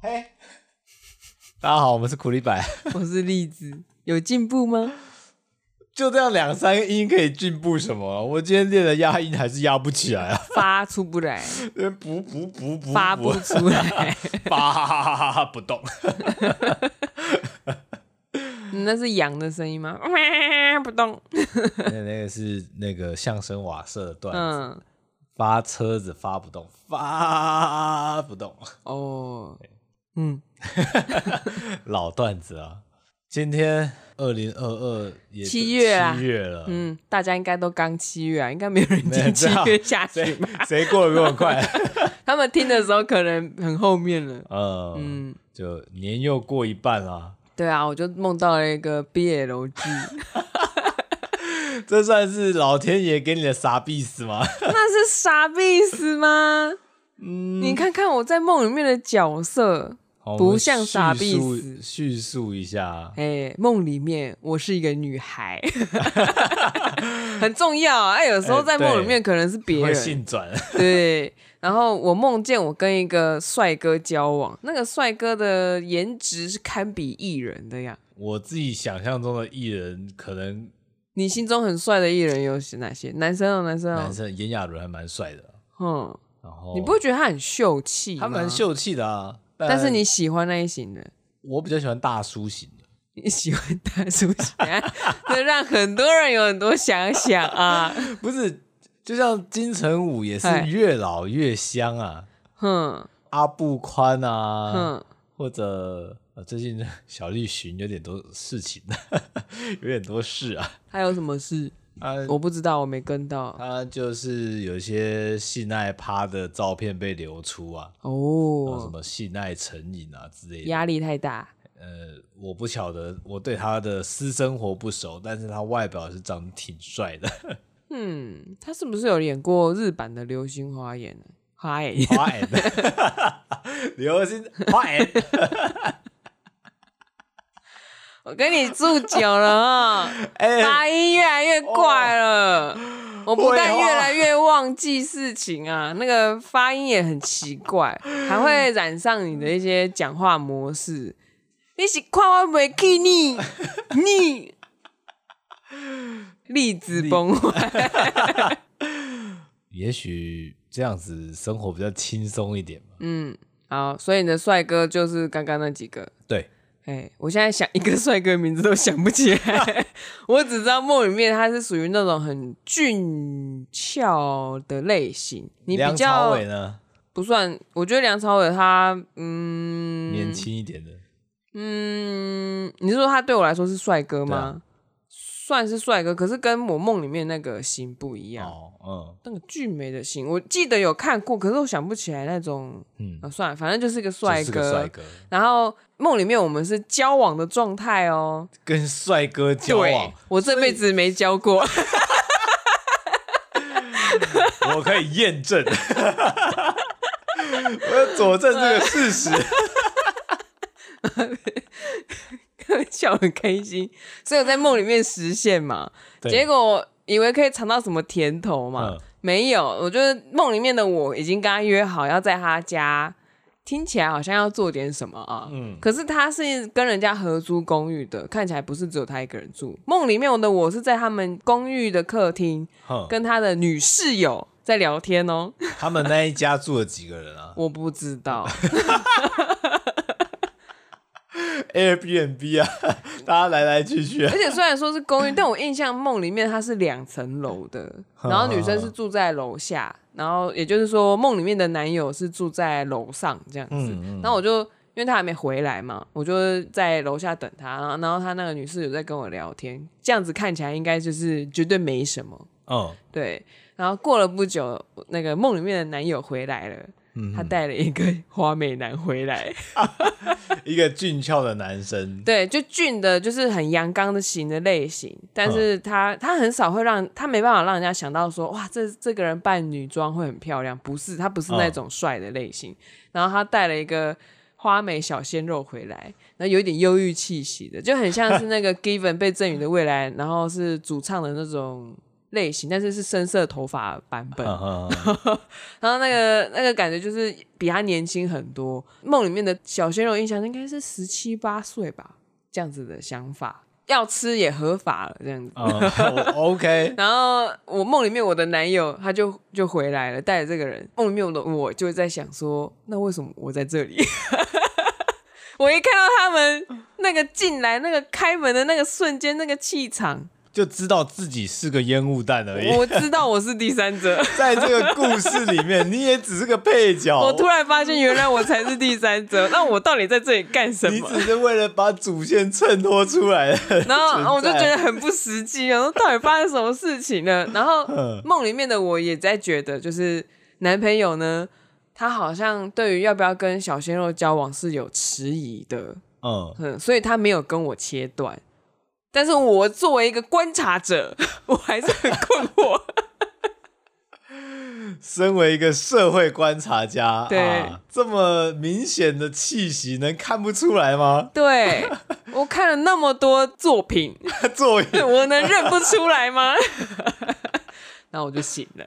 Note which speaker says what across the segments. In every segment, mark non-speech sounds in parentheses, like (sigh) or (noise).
Speaker 1: 嘿，大家好，我们是苦力白， (laughs)
Speaker 2: 我是栗子，有进步吗？
Speaker 1: 就这样两三个音可以进步什么？我今天练的压音还是压不起来啊，
Speaker 2: 发出不来，
Speaker 1: (laughs) 不不不不不
Speaker 2: 发不出来， (laughs)
Speaker 1: 发 (laughs) 哈哈哈哈哈不动，
Speaker 2: 那是羊的声音吗？ (laughs) 不动。
Speaker 1: 那那个是那个相声瓦舍的段子，
Speaker 2: 嗯，
Speaker 1: 发车子发不动，发不动， (laughs)
Speaker 2: 哦，嗯，
Speaker 1: 老段子啊。今天二零二二也是
Speaker 2: 七月啊
Speaker 1: 七月了，
Speaker 2: 嗯，大家应该都刚七月啊，应该没有
Speaker 1: (laughs)
Speaker 2: 人
Speaker 1: 没有
Speaker 2: 听
Speaker 1: 知
Speaker 2: 七
Speaker 1: 道
Speaker 2: 月下去
Speaker 1: 谁
Speaker 2: 吧？ (laughs)
Speaker 1: 谁过得比我快？ (laughs)
Speaker 2: 他们听的时候可能很后面了。
Speaker 1: 嗯，
Speaker 2: (laughs) 嗯，
Speaker 1: 就年又过一半啦，
Speaker 2: 对啊，我就梦到了一个 BL 剧，
Speaker 1: 这算是老天爷给你的傻逼死吗？
Speaker 2: 那是傻逼死吗？
Speaker 1: 嗯，
Speaker 2: 你看看我在梦里面的角色，
Speaker 1: (laughs) 好
Speaker 2: 不
Speaker 1: 我们
Speaker 2: 像傻逼
Speaker 1: 叙述
Speaker 2: 死
Speaker 1: 叙述一下，
Speaker 2: 哎、梦里面我是一个女孩， (laughs) 很重要啊。哎、有时候在梦里面可能是别
Speaker 1: 会
Speaker 2: 人，
Speaker 1: 性转，
Speaker 2: 对。然后我梦见我跟一个帅哥交往，那个帅哥的颜值是堪比艺人的呀。
Speaker 1: 我自己想象中的艺人，可能
Speaker 2: 你心中很帅的艺人有哪些？男生哦，男生
Speaker 1: 男
Speaker 2: 哦，
Speaker 1: 生炎亚纶还蛮帅的，
Speaker 2: 嗯，
Speaker 1: 然后
Speaker 2: 你不会觉得他很秀气？
Speaker 1: 他蛮，秀气的啊，但
Speaker 2: 但是你喜欢那一型的，
Speaker 1: 我比较喜欢大叔型的， (laughs)
Speaker 2: 你喜欢大叔型， (laughs) 这让很多人有很多遐想啊。
Speaker 1: 不是，就像金城武也是
Speaker 2: 哎
Speaker 1: 越老越香啊，
Speaker 2: 哼
Speaker 1: 阿布宽啊，
Speaker 2: 哼，
Speaker 1: 或者、呃、最近 (laughs) 小栗旬有点多事情， (laughs) 有点多事啊。
Speaker 2: 还有什么事？
Speaker 1: 他
Speaker 2: 我不知道，我没跟到。
Speaker 1: 他就是有一些性爱趴的照片被流出啊，然后什
Speaker 2: 哦，
Speaker 1: 么性爱成瘾啊之类的。
Speaker 2: 压力太大，
Speaker 1: 呃，我不晓得，我对他的私生活不熟，但是他外表是长得挺帅的。
Speaker 2: 嗯，他是不是有演过日版的《流星花园》呢？花园
Speaker 1: 花眼， (laughs) 流星花眼，
Speaker 2: (laughs) 我跟你住久了啊、
Speaker 1: (laughs) 哎、
Speaker 2: 发音越来越怪了。我不但
Speaker 1: 会哦
Speaker 2: 越来越忘记事情
Speaker 1: 哦
Speaker 2: 啊，那个发音也很奇
Speaker 1: (laughs)
Speaker 2: 怪，还会染上你的一些讲话模式。你是看我没气你，
Speaker 1: (laughs)
Speaker 2: 你栗子崩坏，
Speaker 1: 也许这样子生活比较轻松一点嘛。
Speaker 2: 嗯，好，所以你的帅哥就是刚刚那几个。
Speaker 1: 对，
Speaker 2: 哎、我现在想一个帅哥的名字都想不起来， (laughs) 我只知道梦里面他是属于那种很俊俏的类型。你比
Speaker 1: 梁朝
Speaker 2: 较
Speaker 1: 伟呢，
Speaker 2: 不算，我觉得梁朝伟他，嗯，
Speaker 1: 年轻一点的。
Speaker 2: 嗯，你是说他对我来说是帅哥吗？
Speaker 1: 啊
Speaker 2: 算是帅哥，可是跟我梦里面那个型不一样，
Speaker 1: 哦，
Speaker 2: 那个俊美的型，我记得有看过，可是我想不起来那种。
Speaker 1: 嗯
Speaker 2: 啊，算了，反正就是一个
Speaker 1: 嗯，
Speaker 2: 帅
Speaker 1: 就是个
Speaker 2: 哥。
Speaker 1: 帅哥，
Speaker 2: 然后梦里面我们是交往的状态哦，
Speaker 1: 跟帅哥交
Speaker 2: 对
Speaker 1: 往，，
Speaker 2: 我这辈子没交过，
Speaker 1: 我可以验证，我要佐证这个事实。
Speaker 2: (laughs) 笑得很开心，所以我在梦里面实现嘛。
Speaker 1: (laughs) 对
Speaker 2: 结果以为可以尝到什么甜头嘛，
Speaker 1: 嗯
Speaker 2: 没有。我觉得梦里面的我已经跟他约好要在他家，听起来好像要做点什么啊。
Speaker 1: 嗯，
Speaker 2: 可是他是跟人家合租公寓的，看起来不是只有他一个人住。梦里面的我是在他们公寓的客厅，
Speaker 1: 哼，
Speaker 2: 跟他的女室友在聊天哦。
Speaker 1: 他们那一家住了几个人啊
Speaker 2: 我不知道，
Speaker 1: (laughs) ？Airbnb 啊，大家来来去去啊
Speaker 2: 而。且虽然说是公寓，但我印象梦里面它是两层楼的，
Speaker 1: 嗯
Speaker 2: 然后女生是住在楼下，然后也就是说梦里面的男友是住在楼上这样子。
Speaker 1: 嗯嗯
Speaker 2: 然后我就因为他还没回来嘛，我就在楼下等他，然后然后他那个女室友在跟我聊天，这样子看起来应该就是绝对没什么。
Speaker 1: 嗯
Speaker 2: 对，然后过了不久，那个梦里面的男友回来了，
Speaker 1: 嗯
Speaker 2: 他带了一个花美男回来，
Speaker 1: 一个俊俏的男生，
Speaker 2: 对，就俊的，就是很阳刚的型的类型，但是他、他很少会让他没办法让人家想到说，哇，这这个人扮女装会很漂亮，不是，他不是那种帅的类型。然后他带了一个花美小鲜肉回来，然后有一点忧郁气息的，就很像是那个 Given 被赠予的未来，然后是主唱的那种类型，但是是深色头发的版本。
Speaker 1: 嗯
Speaker 2: 然后那个那个感觉就是比他年轻很多。梦里面的小鲜肉印象应该是十七八岁吧，这样子的想法。要吃也合法了，这样子。
Speaker 1: 嗯 (laughs) ，OK，
Speaker 2: 然后我梦里面我的男友他就就回来了，带着这个人。梦里面我的我就在想说，那为什么我在这里？ (laughs) 我一看到他们那个进来、那个开门的那个瞬间、那个气场，
Speaker 1: 就知道自己是个烟雾弹而已。
Speaker 2: 我知道我是第三者。
Speaker 1: 在这个故事里面，你也只是个配角，
Speaker 2: 我突然发现，原来我才是第三者。那我到底在这里干什
Speaker 1: 你
Speaker 2: 么？
Speaker 1: 只是为了把主线衬托出来的。
Speaker 2: (laughs) 然后哦我就觉
Speaker 1: 存在
Speaker 2: 得很不实际，然后到底发生什么事情
Speaker 1: (laughs)
Speaker 2: 呢？然后
Speaker 1: 嗯
Speaker 2: 梦里面的我也在觉得，就是男朋友呢，他好像对于要不要跟小鲜肉交往是有迟疑的，
Speaker 1: (laughs) 嗯，
Speaker 2: 嗯，所以他没有跟我切断。但是我作为一个观察者， (laughs) 我还是很困
Speaker 1: (laughs)
Speaker 2: 惑。
Speaker 1: 身为一个社会观察家，
Speaker 2: 对
Speaker 1: 啊，这么明显的气息能看不出来吗？ (laughs)
Speaker 2: 对我看了那么多作品， (laughs)
Speaker 1: 作业，
Speaker 2: 我能认不出来
Speaker 1: (laughs)
Speaker 2: 吗？那我就醒了。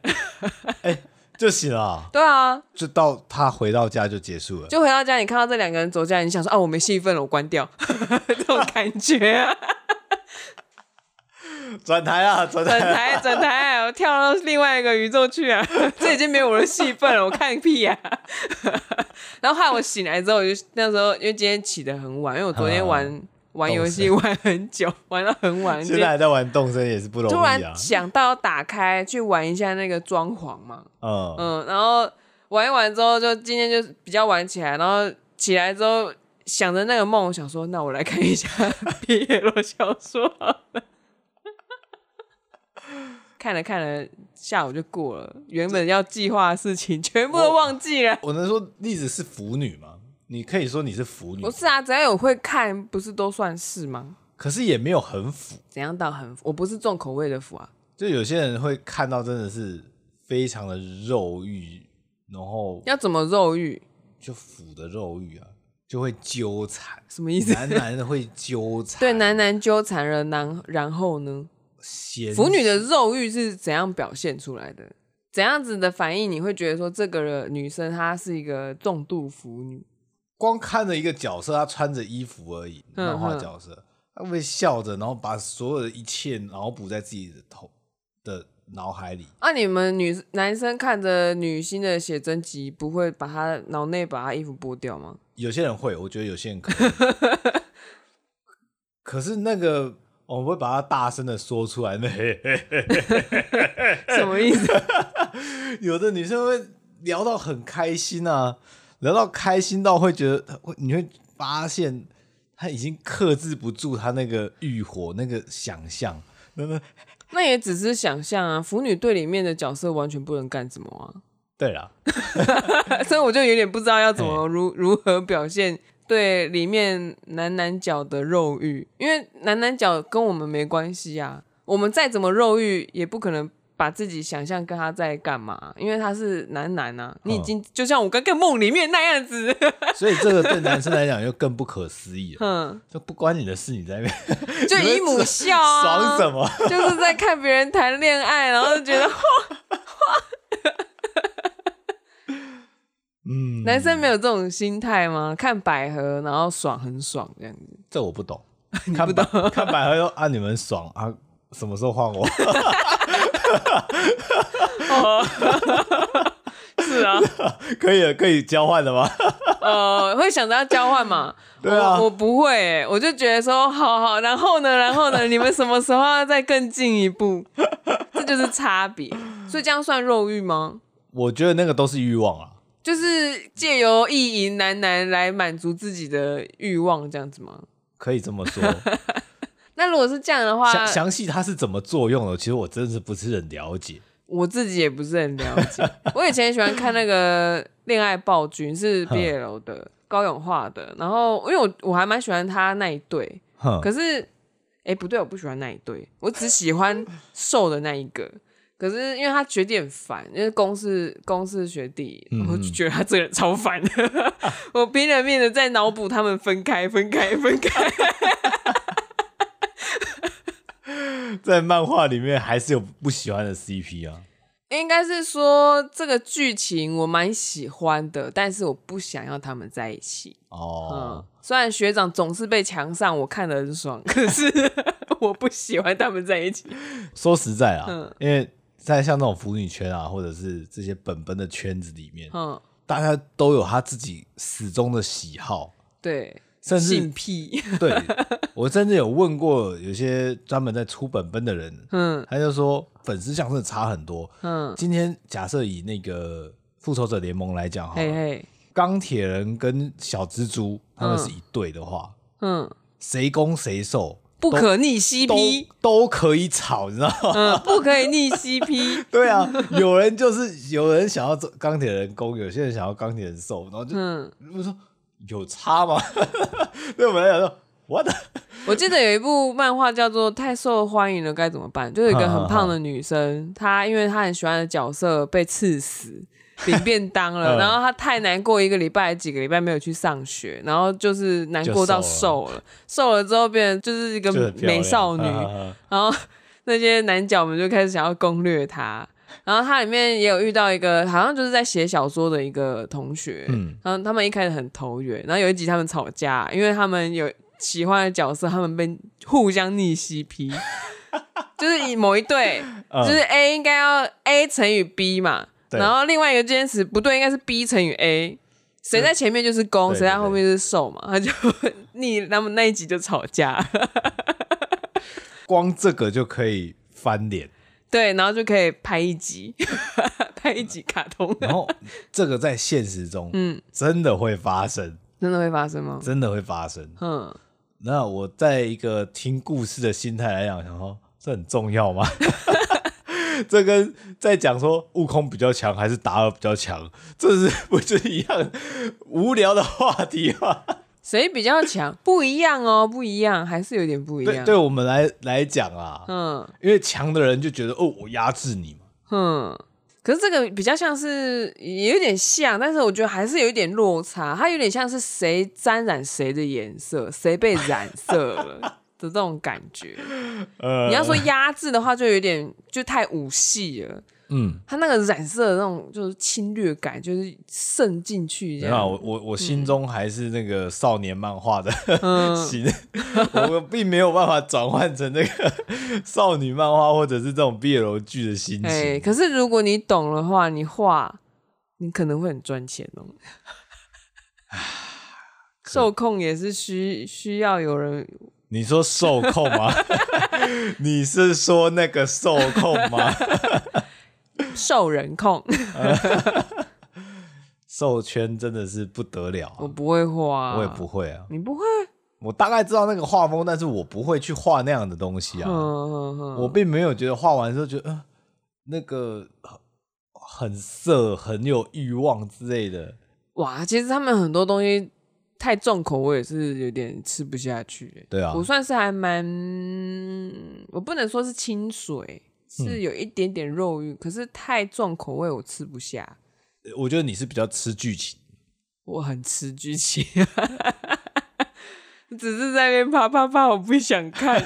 Speaker 1: 哎、就行了，
Speaker 2: 对啊，
Speaker 1: 就到他回到家就结束了。
Speaker 2: 就回到家，你看到这两个人走进来，你想说啊，我没戏份了，我关掉， (laughs) 这种感觉、啊。
Speaker 1: 转台啊，转
Speaker 2: 转
Speaker 1: 台啊，
Speaker 2: 台，转台，我跳到另外一个宇宙去啊！ (laughs) 这已经没有我的戏份了，我看屁啊！ (laughs) 然后害我醒来之后，我就那时候因为今天起得很晚，因为我昨天玩、玩游戏玩很久，玩到很晚，
Speaker 1: 嗯现在还在玩动身也是不容
Speaker 2: 就突
Speaker 1: 易
Speaker 2: 然
Speaker 1: 啊。
Speaker 2: 想到打开去玩一下那个装潢嘛，
Speaker 1: 嗯，
Speaker 2: 嗯，然后玩一玩之后，就今天就比较晚起来，然后起来之后想着那个梦，我想说，那我来看一下毕业罗小说好了。看了看了，下午就过了，原本要计划的事情全部都忘记了。
Speaker 1: 我能说栗子是腐女吗？你可以说你是腐女
Speaker 2: 不，是啊，只要有会看，不是都算是吗？
Speaker 1: 可是也没有很腐。
Speaker 2: 怎样到很，我不是重口味的腐啊，
Speaker 1: 就有些人会看到真的是非常的肉欲，然后
Speaker 2: 要怎么肉欲？
Speaker 1: 就腐的肉欲啊，就会纠缠，
Speaker 2: 什么意思？
Speaker 1: 男男的会纠缠，
Speaker 2: 对，男男纠缠了，然然后呢？
Speaker 1: 嫌
Speaker 2: 腐女的肉欲是怎样表现出来的？怎样子的反应你会觉得说这个女生她是一个重度腐女？
Speaker 1: 光看着一个角色，他穿着衣服而已，
Speaker 2: 嗯
Speaker 1: 漫画角色，他会笑着，然后把所有的一切脑补在自己的头的脑海里，
Speaker 2: 啊，你们女男生看着女星的写真集，不会把她脑内把她衣服剥掉吗？
Speaker 1: 有些人会，我觉得有些人可能，
Speaker 2: (laughs)
Speaker 1: 可是那个。我们会把它大声的说出来，那 (laughs) 嘿嘿
Speaker 2: 什么意思？ (laughs)
Speaker 1: 有的女生会聊到很开心啊，聊到开心到会觉得，会你会发现她已经克制不住她那个欲火、那个想象。那那
Speaker 2: 那也只是想象啊，腐女队里面的角色完全不能干什么
Speaker 1: 对啦，
Speaker 2: 啊，所以我就有点不知道要怎么如 (laughs) 如何表现对里面男男角的肉欲，因为男男角跟我们没关系啊，我们再怎么肉欲也不可能。把自己想象跟他在干嘛？因为他是男男啊，
Speaker 1: 嗯
Speaker 2: 你已经、就像我刚刚梦里面那样子， (laughs)
Speaker 1: 所以这个对男生来讲就更不可思议了。
Speaker 2: 嗯，
Speaker 1: 就不关你的事，你在那边
Speaker 2: 就
Speaker 1: 你们
Speaker 2: 姨母笑啊，
Speaker 1: (laughs) 爽什么？
Speaker 2: 就是在看别人谈恋爱，然后就觉得 (laughs) 哇哇，嗯，男生没有这种心态吗？看百合，然后爽很爽这样子，
Speaker 1: 这我不
Speaker 2: (laughs)
Speaker 1: 懂。看不懂，看百合说啊，你们爽啊，什么时候换我？ (laughs) 哦
Speaker 2: (laughs) 是啊，
Speaker 1: 可以了，可以交换的吗？ (laughs)
Speaker 2: 呃，会想着要交换嘛？
Speaker 1: 对啊
Speaker 2: 我我不会、欸，我就觉得说，好好，然后呢，然
Speaker 1: (laughs)
Speaker 2: 后呢，你们什么时候要再更进一步？这就是差别，所以这样算肉欲吗？
Speaker 1: 我觉得那个都是欲望啊。
Speaker 2: 就是借由意淫男男来满足自己的欲望，这样子吗？
Speaker 1: 可以这么
Speaker 2: (laughs)
Speaker 1: 说。
Speaker 2: 那如果是这样的话，
Speaker 1: 详详细它是怎么作用的，其实我真的是不是很了解。
Speaker 2: 我自己也不是很了解。我以前也喜欢看那个《恋爱暴君》，是 BL 的高永化的，然后因为我我还蛮喜欢他那一对，
Speaker 1: 哼，
Speaker 2: 可是哎、诶不对，我不喜欢那一对，我只喜欢瘦的那一个。可是因为他学弟很烦，因为公司公司学弟，我就觉得他这个人超烦的。 (laughs) 我拼了命的在脑补他们分开、分开、分开，
Speaker 1: 在漫画里面还是有不喜欢的 CP 啊。
Speaker 2: 应该是说这个剧情我蛮喜欢的，但是我不想要他们在一起。嗯
Speaker 1: 哦，，
Speaker 2: 虽然学长总是被强上，我看得很爽，
Speaker 1: (laughs)
Speaker 2: 可是我不喜欢他们在一起。
Speaker 1: 说实在啊，
Speaker 2: 嗯
Speaker 1: 因为在像那种腐女圈啊，或者是这些本本的圈子里面，
Speaker 2: 嗯，
Speaker 1: 大家都有他自己始终的喜好，
Speaker 2: 对，
Speaker 1: 甚
Speaker 2: 性
Speaker 1: 至
Speaker 2: 癖，
Speaker 1: 对我甚至有问过有些专门在出本本的
Speaker 2: (laughs)
Speaker 1: 人，
Speaker 2: 嗯
Speaker 1: 他就说粉丝像是差很多。
Speaker 2: 嗯，
Speaker 1: 今天假设以那个复仇者联盟来讲好
Speaker 2: 嘿
Speaker 1: 了，
Speaker 2: 嘿，
Speaker 1: 钢铁人跟小蜘蛛他们是一对的话，
Speaker 2: 嗯，
Speaker 1: 谁攻谁受
Speaker 2: 不可逆
Speaker 1: 都
Speaker 2: CP，
Speaker 1: 都可以吵，你知道 (laughs) 吗？
Speaker 2: 嗯，不可以逆 CP，
Speaker 1: 对啊，有人就是有人想要做钢铁人攻，有些人想要钢铁人受，然后就
Speaker 2: 嗯，
Speaker 1: 我说有差吗？ (laughs) 对我们来讲说，what？the-
Speaker 2: 我记得有一部漫画叫做《太受欢迎了该怎么办》，就是有一个很胖的女生，她
Speaker 1: 嗯
Speaker 2: 因为她很喜欢的角色被
Speaker 1: (laughs)
Speaker 2: 刺死。 (laughs) 领便当了，
Speaker 1: 嗯
Speaker 2: 然后她太难过，一个礼拜、几个礼拜没有去上学，然后就是难过到
Speaker 1: 就瘦
Speaker 2: 瘦了，瘦了之后变成就是一个
Speaker 1: 就很漂亮
Speaker 2: 美少女，
Speaker 1: 啊啊啊
Speaker 2: 然后 (laughs) 那些男角们就开始想要攻略他。然后他里面也有遇到一个好像就是在写小说的一个同学，
Speaker 1: 嗯
Speaker 2: 然后他们一开始很投缘，然后有一集他们吵架，因为他们有喜欢的角色，他们被互相逆 CP，就是以某一对，
Speaker 1: 嗯
Speaker 2: 就是 A 应该要 A 乘以 B 嘛，
Speaker 1: 对
Speaker 2: 然后另外一个坚持不对，应该是 B 乘以 A，谁在前面就是攻，
Speaker 1: 对
Speaker 2: 谁在
Speaker 1: 对
Speaker 2: 后面就是受嘛，他就 (laughs) 逆他们那一集就吵架，
Speaker 1: 光这个就可以翻脸。
Speaker 2: 对，然后就可以拍一集， (laughs) 拍一集卡通，
Speaker 1: 然后这个在现实
Speaker 2: (laughs)
Speaker 1: 中，嗯，真的会发生，
Speaker 2: 真的会发生吗？
Speaker 1: 真的会发生。
Speaker 2: 嗯，
Speaker 1: 那我在一个听故事的心态来讲，想说这很重要吗？ (laughs) 这跟在讲说悟空比较强还是达尔比较强，这是 (laughs) 不是一样无聊的话题吗？
Speaker 2: 谁比较强？不一样哦，不一样，还是有点不一
Speaker 1: 对，
Speaker 2: 样。
Speaker 1: 对我们来来讲啊，
Speaker 2: 嗯
Speaker 1: 因为强的人就觉得哦，我压制你嘛，
Speaker 2: 哼、可是这个比较像是也有点像，但是我觉得还是有一点落差，它有点像是谁沾染谁的颜色，谁被染色了的这种感
Speaker 1: (laughs)
Speaker 2: 觉。
Speaker 1: 呃，
Speaker 2: 你要说压制的话，就有点就太武戏了。
Speaker 1: 嗯，
Speaker 2: 它那个染色的那种就是侵略感，就是渗进去这
Speaker 1: 没有啊，
Speaker 2: 样。
Speaker 1: 我我我心中还是那个少年漫画的 (laughs)
Speaker 2: 嗯，
Speaker 1: 心，我并没有办法转换成那个 (laughs) 少女漫画或者是这种 BL 剧的心
Speaker 2: 哎、
Speaker 1: 情。
Speaker 2: 可是如果你懂的话，你画你可能会很赚钱哦。受控也是需需要有人，
Speaker 1: 你说受控
Speaker 2: (laughs)
Speaker 1: 吗？你是说那个受控吗？
Speaker 2: 受
Speaker 1: (laughs)
Speaker 2: 人控。
Speaker 1: 授圈真的是不得了啊、
Speaker 2: 我不会画、
Speaker 1: 我也不，会啊。
Speaker 2: 你不会？
Speaker 1: 我大概知道那个画风，但是我不会去画那样的东西啊。
Speaker 2: 嗯嗯
Speaker 1: 我并没有觉得画完之后觉得，呃、那个很很色、很有欲望之类的。
Speaker 2: 哇，其实他们很多东西太重口，我也是有点吃不下去、欸。
Speaker 1: 对啊
Speaker 2: 我算是还蛮，我不能说是清水，是
Speaker 1: 嗯
Speaker 2: 有一点点肉欲，可是太重口味我吃不下，
Speaker 1: 我觉得你是比较吃剧情，
Speaker 2: 我很吃剧情。只是在那边啪啪啪，我不想看。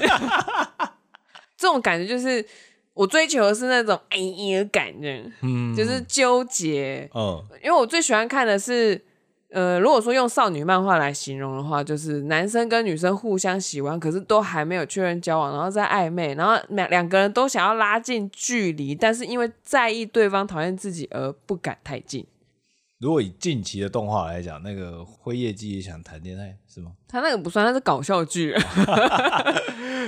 Speaker 2: (laughs) 这种感觉就是我追求的是那种哎呀感觉，
Speaker 1: 嗯
Speaker 2: 就是纠结，
Speaker 1: 嗯
Speaker 2: 因为我最喜欢看的是，呃，如果说用少女漫画来形容的话，就是男生跟女生互相喜欢，可是都还没有确认交往，然后在暧昧，然后两两个人都想要拉近距离，但是因为在意对方、讨厌自己而不敢太近。
Speaker 1: 如果以近期的动画来讲，那个辉夜姬也想谈恋爱是吗？
Speaker 2: 他那个不算，他是搞笑剧，啊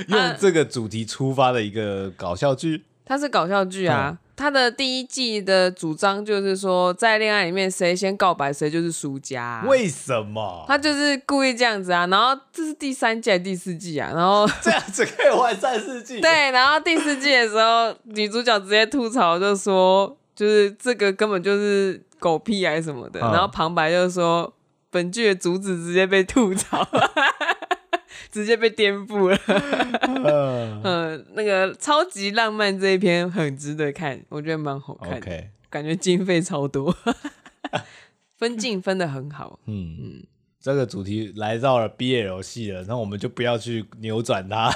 Speaker 1: 用这个主题出发的一个搞笑剧，
Speaker 2: 他是搞笑剧啊。他的第一季的主张就是说，在恋爱里面，谁先告白谁就是输家啊、
Speaker 1: 为什么？
Speaker 2: 他就是故意这样子啊。然后这是第三季还是第四季啊？然后
Speaker 1: 这样子可以玩三世纪？，
Speaker 2: 对，然后第四季的时候，女主角直接吐槽就说，就是这个根本就是狗屁还是什么的。
Speaker 1: 嗯
Speaker 2: 然后旁白就说，本剧的主旨直接被吐槽， (laughs) 直接被颠覆了。
Speaker 1: 嗯
Speaker 2: 嗯，那个超级浪漫这一篇很值得看，我觉得蛮好看的
Speaker 1: ，OK，
Speaker 2: 感觉经费超多， (laughs) 分镜分的很好。
Speaker 1: 嗯。这个主题来到了 BL 系了，那我们就不要去扭转它。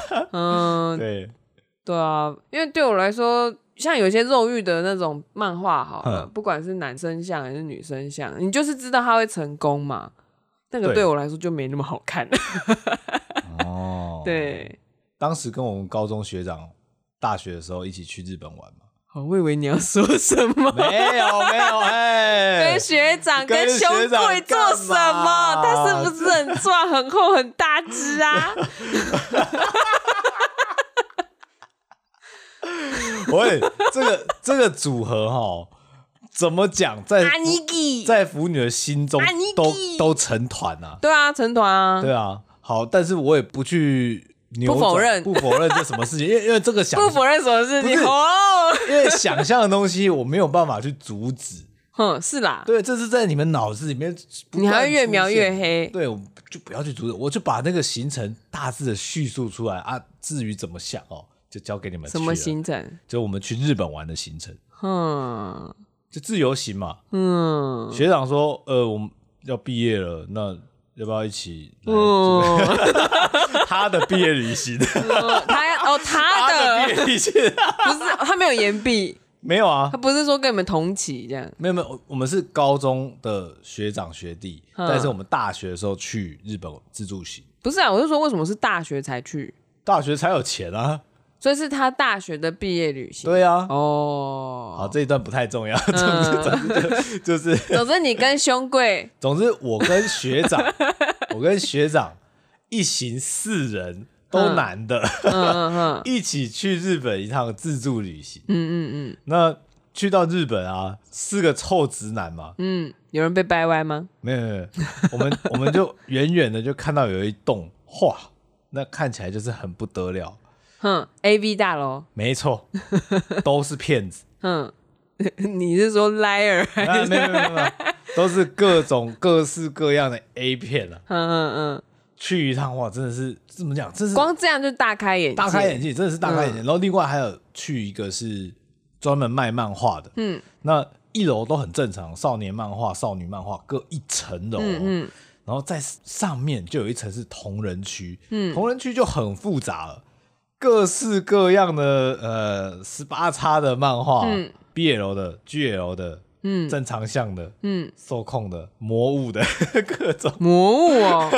Speaker 1: (laughs)
Speaker 2: 嗯，
Speaker 1: 对，
Speaker 2: 对啊，因为对我来说，像有些肉欲的那种漫画，好了，
Speaker 1: 嗯
Speaker 2: 不管是男生像还是女生像，你就是知道他会成功嘛。那个
Speaker 1: 对
Speaker 2: 对我来说就没那么好看。
Speaker 1: 哦，，
Speaker 2: (laughs) 对，
Speaker 1: 当时跟我们高中学长、大学的时候一起去日本玩嘛，
Speaker 2: 好，我以为你要说什么。
Speaker 1: (laughs) 没有没有，哎、
Speaker 2: 跟学长
Speaker 1: 跟
Speaker 2: 跟
Speaker 1: 学
Speaker 2: 兄
Speaker 1: 长
Speaker 2: 贵做
Speaker 1: 干
Speaker 2: 什么？
Speaker 1: 嘛
Speaker 2: 他是不是很壮、很厚、很大
Speaker 1: (laughs)
Speaker 2: 只啊？
Speaker 1: 喂，这个这个组合哈，怎么讲，在
Speaker 2: 阿尼基，
Speaker 1: 在腐女的心中
Speaker 2: 啊你
Speaker 1: 都
Speaker 2: 弟
Speaker 1: 都成团啊，
Speaker 2: 对啊，成团啊，
Speaker 1: 对啊，好，但是我也不去扭转
Speaker 2: 不否认
Speaker 1: 不否认这什么事情，因为因为这个想
Speaker 2: 不否认什么事
Speaker 1: 不
Speaker 2: 情
Speaker 1: 是
Speaker 2: 哦。
Speaker 1: (laughs) 因为想象的东西我没有办法去阻止，
Speaker 2: 哼，是啦，
Speaker 1: 对，这是在你们脑子里面，
Speaker 2: 你还会越描越。黑。
Speaker 1: 对，我就不要去阻止，我就把那个行程大致的叙述出来啊。至于怎么想哦，就交给你们去
Speaker 2: 什
Speaker 1: 了。
Speaker 2: 么行程？
Speaker 1: 就我们去日本玩的行程，
Speaker 2: 哼，
Speaker 1: 就自由行嘛。
Speaker 2: 嗯，
Speaker 1: 学长说，呃，我们要毕业了，那要不要一起来？
Speaker 2: 嗯，
Speaker 1: 他的毕业旅
Speaker 2: (laughs)
Speaker 1: 行，
Speaker 2: 他哦，他
Speaker 1: 他的毕
Speaker 2: 的
Speaker 1: 业旅行
Speaker 2: 不是他没有言毕，
Speaker 1: 没有啊
Speaker 2: 他，不是说跟你们同期这样。
Speaker 1: 没有没有，我我们是高中的学长学弟，
Speaker 2: 嗯
Speaker 1: 但是我们大学的时候去日本自助行，
Speaker 2: 不是啊，我是说为什么是大学才去？
Speaker 1: 大学才有钱啊。
Speaker 2: 所以是他大学的毕业旅行。
Speaker 1: 对啊，
Speaker 2: 哦，
Speaker 1: 好，这一段不太重要，总之总之 (laughs) 就就是
Speaker 2: 总之，你跟兄贵，
Speaker 1: 总之，我跟学 (laughs) 长，我跟学长一行四人都男的， (laughs) 一起去日本一趟自助旅行。嗯嗯嗯。那去到日本啊，四个臭直男嘛，
Speaker 2: 嗯，有人被掰歪吗？
Speaker 1: 没有没有，没有我们 (laughs) 我们就远远的就看到有一栋，哇，那看起来就是很不得了。
Speaker 2: 哼，A V 大楼，
Speaker 1: 没
Speaker 2: (laughs)
Speaker 1: 错，都是骗子，
Speaker 2: 哼， (laughs) 你是说 liar？
Speaker 1: 啊、没有没有没有没有，都是各种各式各样的 A 片啊。
Speaker 2: 嗯嗯
Speaker 1: 去一趟哇，真的是怎么讲？真
Speaker 2: 嗯，
Speaker 1: 是
Speaker 2: 光这嗯样就大开眼界，
Speaker 1: 大开眼界，真的是大开眼界。然后另外还有去一个是专门卖漫画的，
Speaker 2: 嗯，
Speaker 1: 那一楼都很正常，少年漫画、少女漫画各一层楼哦，
Speaker 2: 嗯嗯
Speaker 1: 然后在上面就有一层是同人区，嗯，同人区就很复杂了，各式各样的呃十八叉的漫画、
Speaker 2: 嗯
Speaker 1: BL 的、GL 的、
Speaker 2: 嗯
Speaker 1: 正常向的、
Speaker 2: 嗯，
Speaker 1: 受控的、魔物的 (laughs) 各种，
Speaker 2: 魔
Speaker 1: (laughs)
Speaker 2: 物哦，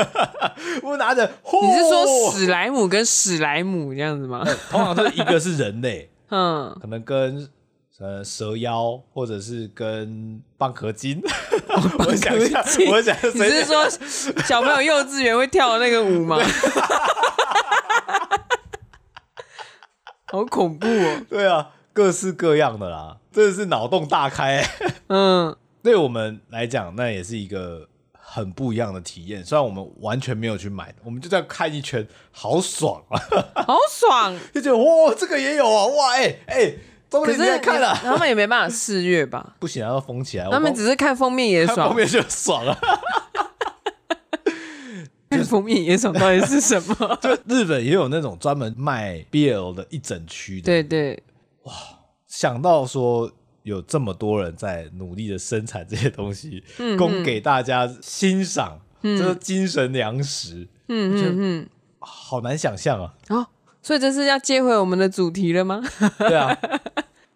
Speaker 1: 我拿着，
Speaker 2: 你是说
Speaker 1: 嚯
Speaker 2: 史莱姆跟史莱姆这样子吗？
Speaker 1: 通常就是一个是人类。
Speaker 2: 嗯，
Speaker 1: 可能跟呃蛇妖，或者是跟蚌壳精。
Speaker 2: 哦
Speaker 1: (laughs) 我想一下，我想
Speaker 2: 你是
Speaker 1: (laughs) 谁？
Speaker 2: 说小朋友幼稚园会跳的那
Speaker 1: (laughs)
Speaker 2: 个舞吗？好恐怖哦，
Speaker 1: 对啊，各式各样的啦，真的是脑洞大开、欸
Speaker 2: 嗯
Speaker 1: 对我们来讲，那也是一个很不一样的体验。虽然我们完全没有去买，我们就这样看一圈，好爽啊！
Speaker 2: 好爽。
Speaker 1: 就觉得哇，这个也有啊，哇，哎、哎、终
Speaker 2: 可
Speaker 1: 于
Speaker 2: 是
Speaker 1: 你在看了、
Speaker 2: 你他们也没办法试阅
Speaker 1: (laughs)
Speaker 2: 吧？
Speaker 1: 不行啊，要封起来。
Speaker 2: 他们只是看封面也
Speaker 1: 看
Speaker 2: 爽
Speaker 1: 封，面就爽
Speaker 2: (laughs)
Speaker 1: 了。
Speaker 2: 看封面也爽到底是什
Speaker 1: (laughs)
Speaker 2: 么？
Speaker 1: 就日本也有那种专门卖 BL 的一整区的，
Speaker 2: 对对，
Speaker 1: 想到说有这么多人在努力的生产这些东西，
Speaker 2: 嗯
Speaker 1: 供给大家欣赏，这是精神粮食，
Speaker 2: 嗯嗯嗯。
Speaker 1: 好难想象啊！
Speaker 2: 哦，所以这是要接回我们的主题了吗？
Speaker 1: 对啊，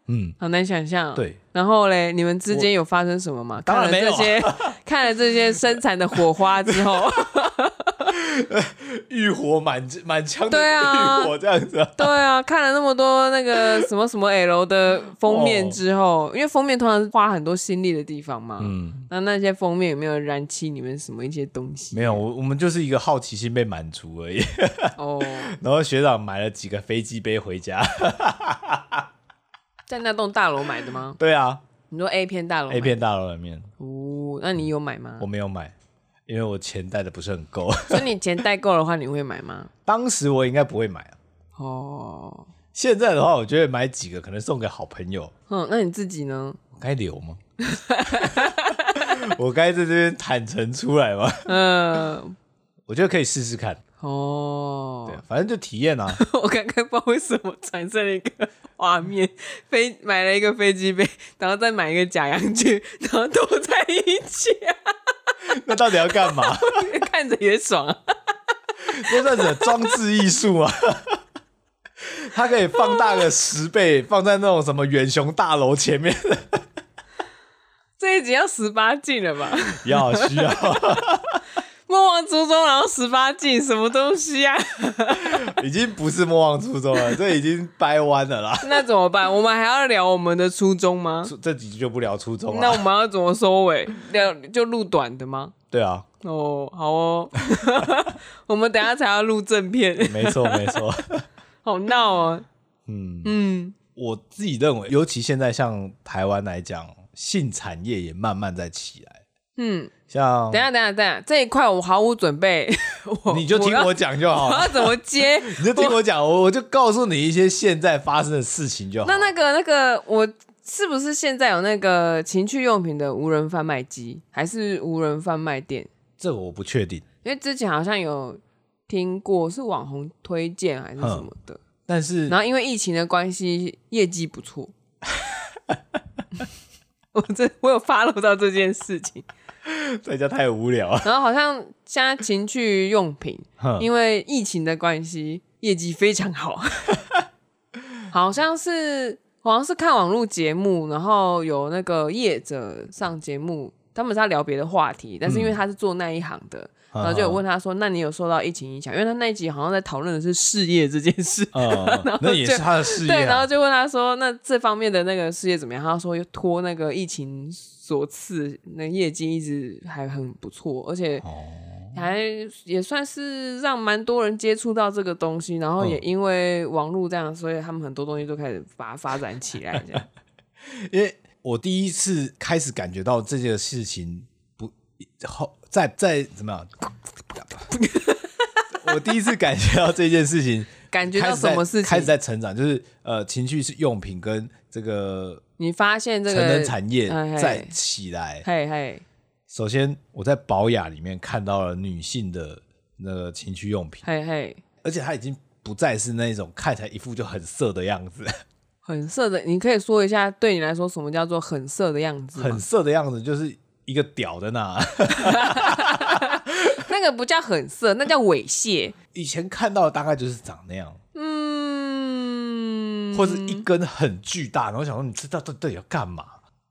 Speaker 1: 嗯，
Speaker 2: 好难想象。。
Speaker 1: 对，
Speaker 2: 然后嘞，你们之间有发生什么吗？
Speaker 1: 当然
Speaker 2: 看
Speaker 1: 没有
Speaker 2: 了
Speaker 1: 啊
Speaker 2: 这些，
Speaker 1: (laughs)
Speaker 2: 看了这些生产的火花之后，
Speaker 1: 欲火满满腔的
Speaker 2: 对啊
Speaker 1: 欲火这样子、 (laughs) 啊，
Speaker 2: 对啊，看了那么多那个 (laughs) 什么什么 L 的封面之后，因为封面通常是花很多心力的地方嘛。
Speaker 1: 哦嗯，
Speaker 2: 那那些封面有没有燃起你们什么一些东西？
Speaker 1: 没有，我我们就是一个好奇心被满足而已。 (laughs)
Speaker 2: 哦，
Speaker 1: 然后学长买了几个飞机杯回家， (laughs)
Speaker 2: 在那栋大楼买的吗？
Speaker 1: 对啊
Speaker 2: 你说 A 片大楼
Speaker 1: ，A 片大楼里面
Speaker 2: 买哦，那你有买吗
Speaker 1: 我？没有买，因为我钱带的不是很够， (laughs)
Speaker 2: 所以你钱代购的话，你会买吗？
Speaker 1: 当时我应该不会买啊。
Speaker 2: 哦，
Speaker 1: 现在的话，我觉得买几个可能送给好朋友，
Speaker 2: 嗯，那你自己呢？
Speaker 1: 我该留
Speaker 2: (laughs)
Speaker 1: 吗？我该在这边坦诚出来吗？
Speaker 2: 嗯，
Speaker 1: 我觉得可以试试看，
Speaker 2: 哦
Speaker 1: 对，，反正就体验啊。
Speaker 2: (laughs) 我刚刚不知道为什么产生了一个画面，飞买了一个飞机杯，然后再买一个假洋具，然后都在一起、
Speaker 1: 那到底要干嘛？
Speaker 2: 看着也爽啊！ (laughs)
Speaker 1: (laughs) 这算是装置艺术啊。它可以放大个十倍，放在那种什么远雄大楼前面， (laughs)
Speaker 2: 这一集要十八禁了吧？ (laughs)
Speaker 1: 要需要。
Speaker 2: 莫忘初衷，然后十八禁，什么东西啊？ (laughs)
Speaker 1: 已经不是莫忘初衷了，这已经掰弯了啦。
Speaker 2: 那怎么办？我们还要聊我们的初衷吗？
Speaker 1: 初这几集就不聊初衷啊
Speaker 2: 那我
Speaker 1: 了。
Speaker 2: 们要怎么收尾？聊就录短的吗？
Speaker 1: 对啊，
Speaker 2: 哦，好哦， (laughs) 我们等一下才要录正片， (laughs)
Speaker 1: 没错没错。 (laughs)
Speaker 2: 好闹哦。嗯嗯，
Speaker 1: 我自己认为，尤其现在像台湾来讲，性产业也慢慢在起来。
Speaker 2: 嗯，
Speaker 1: 像
Speaker 2: 等一下等一下等一下，这一块我毫无准备， (laughs) 我
Speaker 1: 哦你就听
Speaker 2: 我
Speaker 1: 我讲就好
Speaker 2: (laughs) 要，我
Speaker 1: 了，
Speaker 2: 要怎么接？
Speaker 1: (laughs) 你就听我讲，我我就告诉你一些现在发生的事情就好。
Speaker 2: 那那个那个，我是不是现在有那个情趣用品的无人贩卖机，还是无人贩卖店？
Speaker 1: 这个我不确定，
Speaker 2: 因为之前好像有听过是网红推荐还是什么的，
Speaker 1: 但是
Speaker 2: 然后因为疫情的关系，业绩不错。 (laughs) 我这我有 follow 到这件事情，
Speaker 1: 在家太无聊了。 (laughs)
Speaker 2: 然后好像现在情趣用品
Speaker 1: 哼
Speaker 2: 因为疫情的关系，业绩非常好， (laughs) 好像是好像是看网络节目，然后有那个业者上节目，他们是要聊别的话题，但是因为他是做那一行的，
Speaker 1: 嗯
Speaker 2: 然后就有问他说：“那你有受到疫情影响？”因为他那一集好像在讨论的是事业这件
Speaker 1: (laughs)
Speaker 2: 事。
Speaker 1: 嗯，那也是他的事业、啊。
Speaker 2: 对，然后就问他说：“那这方面的那个事业怎么样？”他说：“又托那个疫情所赐，那业绩一直还很不错，而且
Speaker 1: 哦
Speaker 2: 还
Speaker 1: 嗯
Speaker 2: 也算是让蛮多人接触到这个东西。然后
Speaker 1: 嗯
Speaker 2: 也因为网络这样，所以他们很多东西都开始把它发展起来。
Speaker 1: (laughs)
Speaker 2: 这样，
Speaker 1: 因为我第一次开始感觉到这件事情不后，在在怎么样？ (laughs) 我第一次感觉到这件事情
Speaker 2: 感觉
Speaker 1: 开
Speaker 2: 到
Speaker 1: 始在
Speaker 2: 什么事
Speaker 1: 开
Speaker 2: 情
Speaker 1: 始，在成长，就是呃，情趣是用品跟这个
Speaker 2: 你发现这
Speaker 1: 成人
Speaker 2: 个
Speaker 1: 产业
Speaker 2: 哎嘿
Speaker 1: 在起来。
Speaker 2: 嘿嘿，
Speaker 1: 首先，我在宝雅里面看到了女性的那个情趣用品，
Speaker 2: 嘿嘿，
Speaker 1: 而且它已经不再是那种看起来一副就很色的样子，
Speaker 2: 很色的，你可以说一下，对你来说什么叫做很色的样子吗？
Speaker 1: 很色的样子，就是一个屌在那。 (laughs)
Speaker 2: 那个不叫很色，那叫猥亵。
Speaker 1: 以前看到的大概就是长那样，
Speaker 2: 嗯，
Speaker 1: (laughs) 或是一根很巨大，然后想说你知道这到底要干嘛？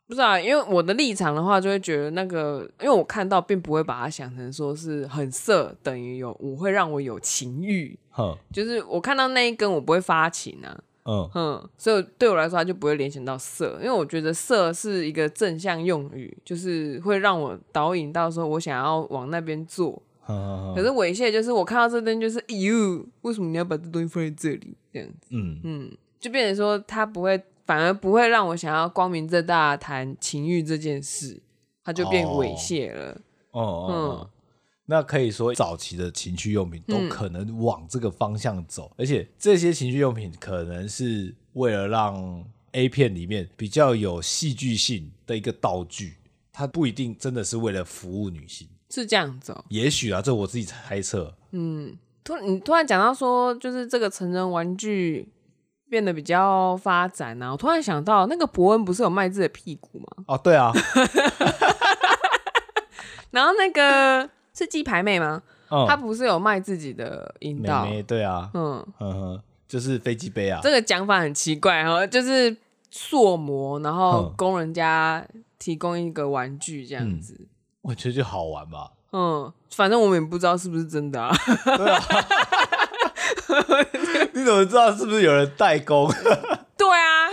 Speaker 2: 不知道、因为我的立场的话，就会觉得那个，因为我看到并不会把它想成说是很色等于有我会让我有情欲，
Speaker 1: 哼，
Speaker 2: 就是我看到那一根我不会发情啊，
Speaker 1: 嗯，
Speaker 2: 嗯，所以对我来说它就不会联想到色，因为我觉得色是一个正向用语，就是会让我导引到说我想要往那边做。
Speaker 1: 嗯
Speaker 2: 可是猥亵就是我看到这边就是，哟，为什么你要把这东西放在这里？这样子。
Speaker 1: 嗯嗯，
Speaker 2: 就变成说他不会，反而不会让我想要光明正大地谈情欲这件事，他就变
Speaker 1: 哦
Speaker 2: 猥亵了。
Speaker 1: 哦
Speaker 2: 嗯
Speaker 1: 哦，那可以说早期的情趣用品都可能往这个方向走，而且这些情趣用品可能是为了让 A 片里面比较有戏剧性的一个道具，它不一定真的是为了服务女性，
Speaker 2: 是这样子哦、
Speaker 1: 也许啊，这我自己猜测。
Speaker 2: 突你突然讲到说，就是这个成人玩具变得比较发展啊，我突然想到那个伯恩不是有卖自己的屁股吗？
Speaker 1: 哦，对啊，
Speaker 2: 然后那个是鸡排妹吗？
Speaker 1: 嗯，
Speaker 2: 她不是有卖自己的阴
Speaker 1: 妹
Speaker 2: 道？
Speaker 1: 妹，对啊，
Speaker 2: 嗯，
Speaker 1: 嗯哼，就是飞机杯啊，
Speaker 2: 这个讲法很奇怪哦，就是塑模，然后
Speaker 1: 嗯
Speaker 2: 供人家提供一个玩具这样子。
Speaker 1: 我觉得就好玩吧。
Speaker 2: 嗯，反正我们也不知道是不是真的啊，
Speaker 1: (laughs)
Speaker 2: (laughs)
Speaker 1: 你怎么知道是不是有人代工？
Speaker 2: 对啊，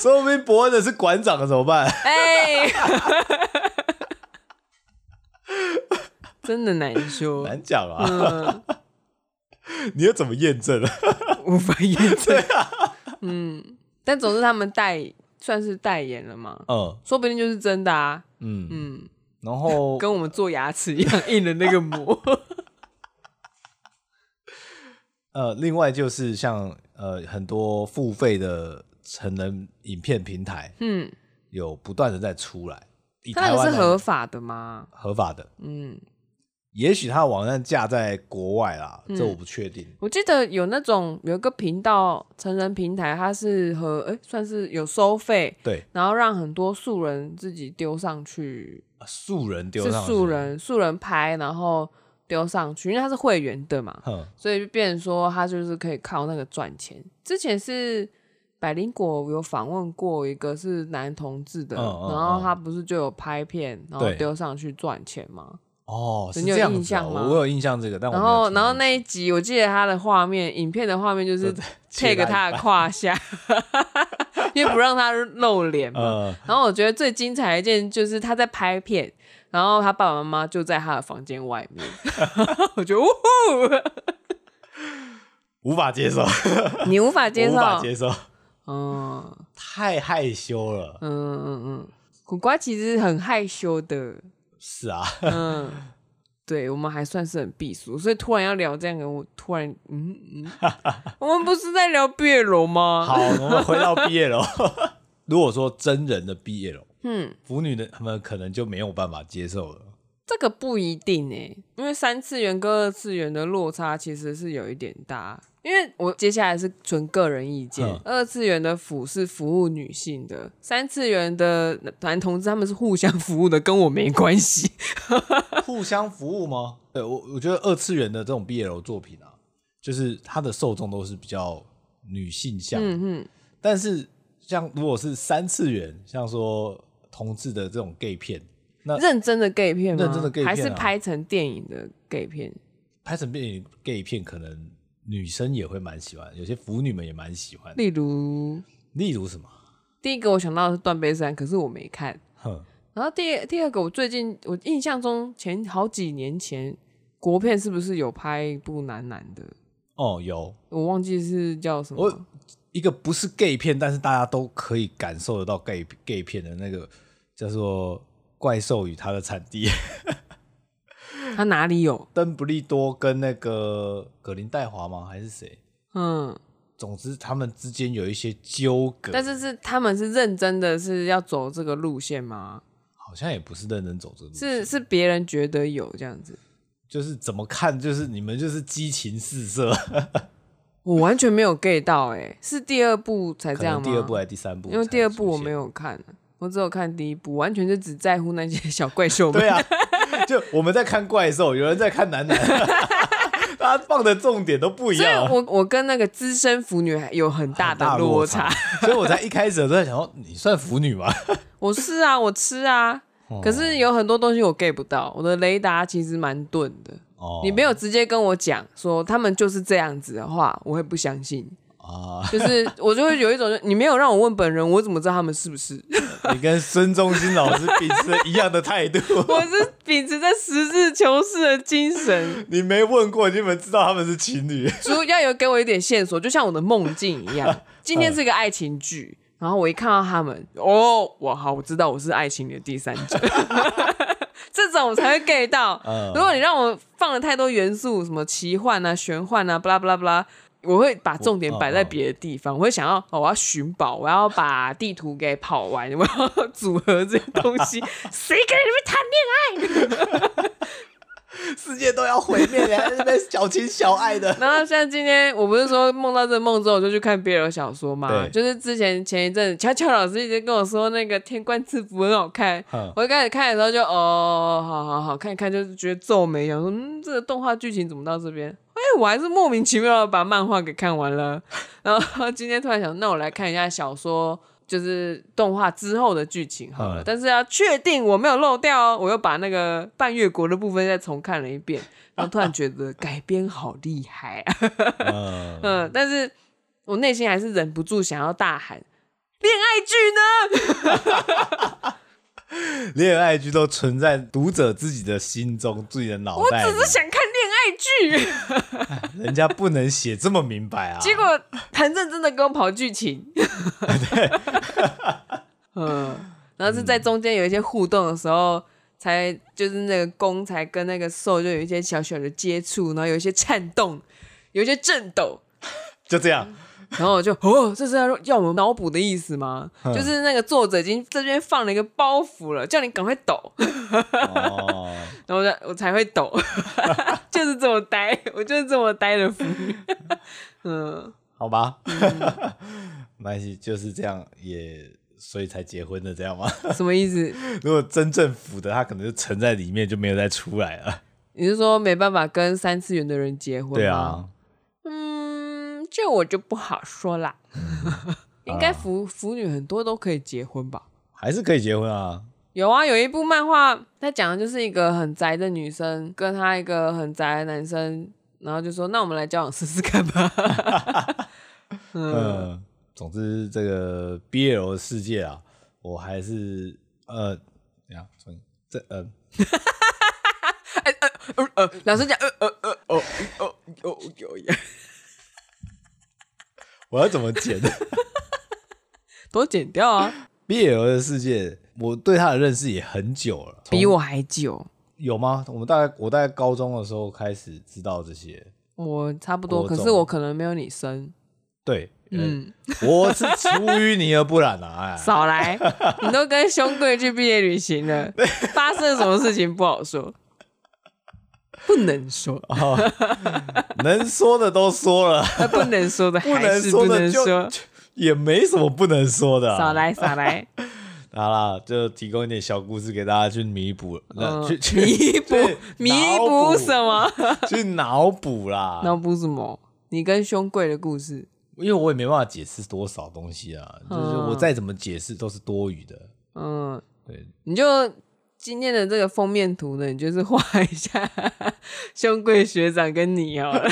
Speaker 1: 说不定伯恩的是馆长，怎么办？
Speaker 2: 哎、 (laughs) 真的难说，
Speaker 1: 难讲啊，
Speaker 2: 嗯，
Speaker 1: (laughs) 你又怎么验证了？
Speaker 2: 无法验证，
Speaker 1: 啊
Speaker 2: 嗯，但总之他们代算是代言了嘛，
Speaker 1: 嗯
Speaker 2: 说不定就是真的啊，
Speaker 1: 嗯，
Speaker 2: 嗯，
Speaker 1: 然后
Speaker 2: 跟我们做牙齿一样印的那个
Speaker 1: (laughs)
Speaker 2: 膜，
Speaker 1: 呃，另外就是像呃很多付费的成人影片平台
Speaker 2: 嗯，
Speaker 1: 有不断的在出来，以
Speaker 2: 它那
Speaker 1: 台
Speaker 2: 个
Speaker 1: 湾
Speaker 2: 是
Speaker 1: 来
Speaker 2: 合法的吗？
Speaker 1: 合法的，
Speaker 2: 嗯，
Speaker 1: 也许它的网站架在国外啦，
Speaker 2: 嗯
Speaker 1: 这我不确定。
Speaker 2: 我记得有那种有一个频道成人平台，它是和哎、算是有收费，
Speaker 1: 对，
Speaker 2: 然后让很多素人自己丢上去，
Speaker 1: 素人丢
Speaker 2: 是
Speaker 1: 上去
Speaker 2: 素人素人拍，然后丢上去，因为他是会员的嘛，
Speaker 1: 哼，
Speaker 2: 所以就变成说他就是可以靠那个赚钱。之前是百灵果有访问过一个是男同志的，
Speaker 1: 嗯嗯
Speaker 2: 然后他不是就有拍片，然后
Speaker 1: 对
Speaker 2: 丢上去赚钱嘛。
Speaker 1: 哦，是
Speaker 2: 你有
Speaker 1: 这样
Speaker 2: 印
Speaker 1: 子啊
Speaker 2: 象吗
Speaker 1: 我我有印象这个，但我
Speaker 2: 然
Speaker 1: 哦没有
Speaker 2: 后
Speaker 1: 听
Speaker 2: 然后
Speaker 1: 过
Speaker 2: 那一集我记得他的画面，影片的画面就是
Speaker 1: 对切到
Speaker 2: take
Speaker 1: 一
Speaker 2: 他的
Speaker 1: 半
Speaker 2: 胯下， (laughs) 因为不让他露脸嘛。
Speaker 1: 呃，
Speaker 2: 然后我觉得最精彩的一件就是他在拍片，然后他爸爸妈妈就在他的房间外面， (laughs) 我觉得呜
Speaker 1: 无法接受，
Speaker 2: 呼，你无法 (laughs) 接
Speaker 1: 无
Speaker 2: 受，
Speaker 1: 法接受，
Speaker 2: 嗯
Speaker 1: 太害羞了。
Speaker 2: 嗯嗯嗯，苦瓜其实很害羞的，
Speaker 1: 是啊，
Speaker 2: 嗯，对我们还算是很避俗，所以突然要聊这样的，我突然嗯嗯，
Speaker 1: (laughs)
Speaker 2: 我们不是在聊毕业楼吗？
Speaker 1: 好，我们回到毕业楼。 (laughs) 如果说真人的毕业楼，
Speaker 2: 嗯，
Speaker 1: 腐女的他们可能就没有办法接受
Speaker 2: (laughs)
Speaker 1: 了。
Speaker 2: 这个不一定哎、因为三次元跟二次元的落差其实是有一点大。因为我接下来是纯个人意见
Speaker 1: 嗯，
Speaker 2: 二次元的服是服务女性的，三次元的男同志他们是互相服务的，跟我没关系。 (laughs)
Speaker 1: 互相服务吗？对我，我觉得二次元的这种 BL 作品啊，就是它的受众都是比较女性向，
Speaker 2: 嗯嗯，
Speaker 1: 但是像如果是三次元，像说同志的这种 gay 片，那
Speaker 2: 认真的 gay 片吗？
Speaker 1: 认真的 gay 片啊
Speaker 2: 还是拍成电影的 gay 片？
Speaker 1: 拍成电影 gay 片，可能女生也会蛮喜欢，有些腐女们也蛮喜欢。
Speaker 2: 例如
Speaker 1: 例如什么？
Speaker 2: 第一个我想到的是《断背山》，可是我没看。
Speaker 1: 哼，
Speaker 2: 然后第第二个，我最近我印象中前好几年前国片是不是有拍一部男男的？
Speaker 1: 哦，有
Speaker 2: 我忘记是叫什么
Speaker 1: 我。一个不是 gay 片，但是大家都可以感受得到 gay gay 片的那个叫做《怪兽与它的产地》。 (laughs)
Speaker 2: 他哪里有？
Speaker 1: 邓布利多跟那个葛林戴华吗？还是谁？
Speaker 2: 嗯，
Speaker 1: 总之，他们之间有一些纠葛，
Speaker 2: 但是是他们是认真的，是要走这个路线吗？
Speaker 1: 好像也不是认真走这个路线，
Speaker 2: 是是别人觉得有这样子，
Speaker 1: 就是怎么看，就是你们就是激情四射，
Speaker 2: 我完全没有 get 到、欸，哎，是第二部才
Speaker 1: 可
Speaker 2: 这
Speaker 1: 能
Speaker 2: 样吗？
Speaker 1: 第二部还是第三部，
Speaker 2: 因为第二部我没
Speaker 1: 有，
Speaker 2: 有看，我只有看第一部，完全就只在乎那些 (laughs) 小
Speaker 1: (laughs)
Speaker 2: 怪兽们。
Speaker 1: 对啊，就我们在看怪兽，有人在看男 (laughs) 男，大家放的重点都不一
Speaker 2: 所以
Speaker 1: 样啊，
Speaker 2: 我我跟那个资深腐女还有很大
Speaker 1: 很
Speaker 2: 的
Speaker 1: 落
Speaker 2: 差。，
Speaker 1: 所以我才一开始我都在想说，你算腐女吗？
Speaker 2: 我是啊，我吃啊，可是有很多东西我 get 不到，我的雷达其实蛮钝的。
Speaker 1: 哦，
Speaker 2: 你没有直接跟我讲说他们就是这样子的话，我会不相信。
Speaker 1: (laughs) 啊，
Speaker 2: 就是我就会有一种，你没有让我问本人，我怎么知道他们是不是？ (laughs)
Speaker 1: 啊你跟孙中兴老师秉持了一样的态度。 (laughs)
Speaker 2: 我是秉持着实事求是的精神，
Speaker 1: 你没问过，你们知道他们是情侣
Speaker 2: 主要有给我一点线索，就像我的梦境一样。 (laughs) 今天是一个爱情剧，然后我一看到他们，哦，我好，我知道我是爱情的第三者， (laughs) 这种我才会 get 到。
Speaker 1: 嗯
Speaker 2: 如果你让我放了太多元素，什么奇幻啊、玄幻啊、巴拉巴拉巴拉，我会把重点摆在别的地方，我会想要哦，我要寻宝，我要把地图给跑完，我要组合这些东西，谁跟你们谈恋爱？
Speaker 1: (laughs) 世界都要毁灭，你还在那边小情小爱的。
Speaker 2: 然后像今天，我不是说梦到这个梦之后，我就去看 BL 小说嘛，
Speaker 1: 对
Speaker 2: 就是之前前一阵，乔乔老师一直跟我说那个《天官赐福》很好看，
Speaker 1: (laughs) 嗯
Speaker 2: 我一开始看的时候就哦，好好好看一看，就是觉得皱眉，想说嗯，这个动画剧情怎么到这边？哎，我还是莫名其妙的把漫画给看完了， (laughs) 然后今天突然想，那我来看一下小说。就是动画之后的剧情好了，
Speaker 1: 嗯
Speaker 2: 但是要确定我没有漏掉哦，我又把那个半月国的部分再重看了一遍，然后突然觉得改编好厉害啊！ (laughs)
Speaker 1: 嗯，
Speaker 2: 嗯，但是我内心还是忍不住想要大喊：“恋爱剧呢？
Speaker 1: 恋爱剧都存在读者自己的心中、自己的脑
Speaker 2: 我
Speaker 1: 袋里
Speaker 2: 只，是想看恋爱剧。
Speaker 1: 人家不能写这么明白啊。
Speaker 2: 结 (laughs) 果很认真的跟我跑剧情。嗯，然后是在中间有一些互动的时候，才就是那个攻才跟那个受就有一些小小的接触，然后有一些颤动，有一些震抖。
Speaker 1: 就这 (laughs) 样，
Speaker 2: 然后我就哦，这是要要我们脑补的意思吗？
Speaker 1: 嗯
Speaker 2: 就是那个作者已经这边放了一个包袱了，叫你赶快抖， (laughs)
Speaker 1: 哦，
Speaker 2: 然后我就我才会抖， (laughs) 就是这么呆，我就是这么呆的腐女。嗯，
Speaker 1: 好吧， (laughs) 没关系，就是这样，也所以才结婚的，这 (laughs) 样吗？
Speaker 2: 什么意思？
Speaker 1: 如果真正腐的，他可能就沉在里面，就没有再出来了。
Speaker 2: 你是说没办法跟三次元的人结婚？
Speaker 1: 对，啊，
Speaker 2: 嗯，这我就不好说啦。
Speaker 1: 嗯
Speaker 2: (laughs) 应
Speaker 1: 啊
Speaker 2: 该腐腐女很多都可以结婚吧？
Speaker 1: 还是可以结婚啊。
Speaker 2: 有啊，有一部漫画，它讲的就是一个很宅的女生跟她一个很宅的男生，然后就说：“那我们来交往试试看吧。 (laughs)
Speaker 1: 嗯，总之这个 BL 的世界啊，我还是呃，怎样？重新这呃，”
Speaker 2: 呃呃，老师讲，呃呃呃，哦哦哦有呀，
Speaker 1: 我要怎么剪 (laughs)
Speaker 2: 都剪掉啊，
Speaker 1: ？BL 的世界，我对他的认识也很久了，从
Speaker 2: 比我还久，
Speaker 1: 有吗？我们大概我大概高中的时候开始知道这些，
Speaker 2: 我差不多，
Speaker 1: 国
Speaker 2: 可
Speaker 1: 中
Speaker 2: 是我可能没有你深。
Speaker 1: 对，嗯，(laughs)
Speaker 2: 嗯，
Speaker 1: 我是出淤泥而不染
Speaker 2: (laughs)
Speaker 1: 啊，哎，(laughs)
Speaker 2: 少来，你都跟兄贵去毕业旅行了，发生了什么事情不好说，不能说，
Speaker 1: 能说的都说了，
Speaker 2: 呃不能说的
Speaker 1: (laughs) 不
Speaker 2: (laughs) 还
Speaker 1: 能
Speaker 2: 是
Speaker 1: 说
Speaker 2: 不
Speaker 1: 的
Speaker 2: 能
Speaker 1: 就
Speaker 2: 说，
Speaker 1: 也没什么不能说的、
Speaker 2: 少
Speaker 1: 啊。
Speaker 2: 来少来，
Speaker 1: 好啦，就提供一点小故事给大家去弥补，那
Speaker 2: 嗯
Speaker 1: 去 (laughs) 去
Speaker 2: 弥补
Speaker 1: 去
Speaker 2: 弥
Speaker 1: 脑啊
Speaker 2: 补什么？
Speaker 1: 去脑补啦。
Speaker 2: 脑补什么？你跟兄贵的故事，
Speaker 1: 因为我也没办法解释多少东西啊，就是
Speaker 2: 嗯
Speaker 1: 我再怎么解释都是多余的。
Speaker 2: 嗯，
Speaker 1: 对，
Speaker 2: 你就今天的这个封面图呢，你就是画一下 (laughs) 兄贵学长跟你
Speaker 1: (laughs)
Speaker 2: 好了，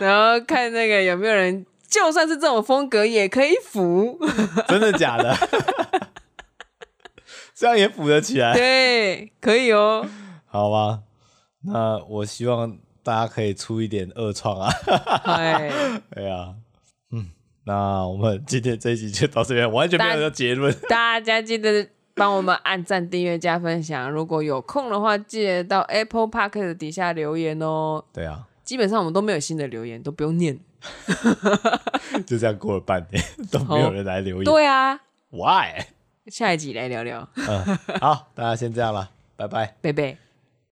Speaker 2: 然后看那个有没有人，就算是这种风格也可以服，
Speaker 1: 真的假的？ (laughs) 这样也补得 (laughs) 起来，
Speaker 2: 对，可以哦。
Speaker 1: 好吧？那我希望大家可以出一点恶创啊。
Speaker 2: 哎，
Speaker 1: 对啊，嗯，那我们今天这一集就到这边，完全没有要结论。
Speaker 2: 大家记得。帮我们按赞、订阅、加分享。如果有空的话，记得到 Apple Park 的底下留言哦。
Speaker 1: 对啊，
Speaker 2: 基本上我们都没有新的留言，都不用念。
Speaker 1: 就这样过了半年，都没有人来留言。
Speaker 2: 对啊，
Speaker 1: Why？
Speaker 2: 下一集来聊聊，
Speaker 1: 嗯，好，大家先这样了，拜拜。
Speaker 2: 贝贝。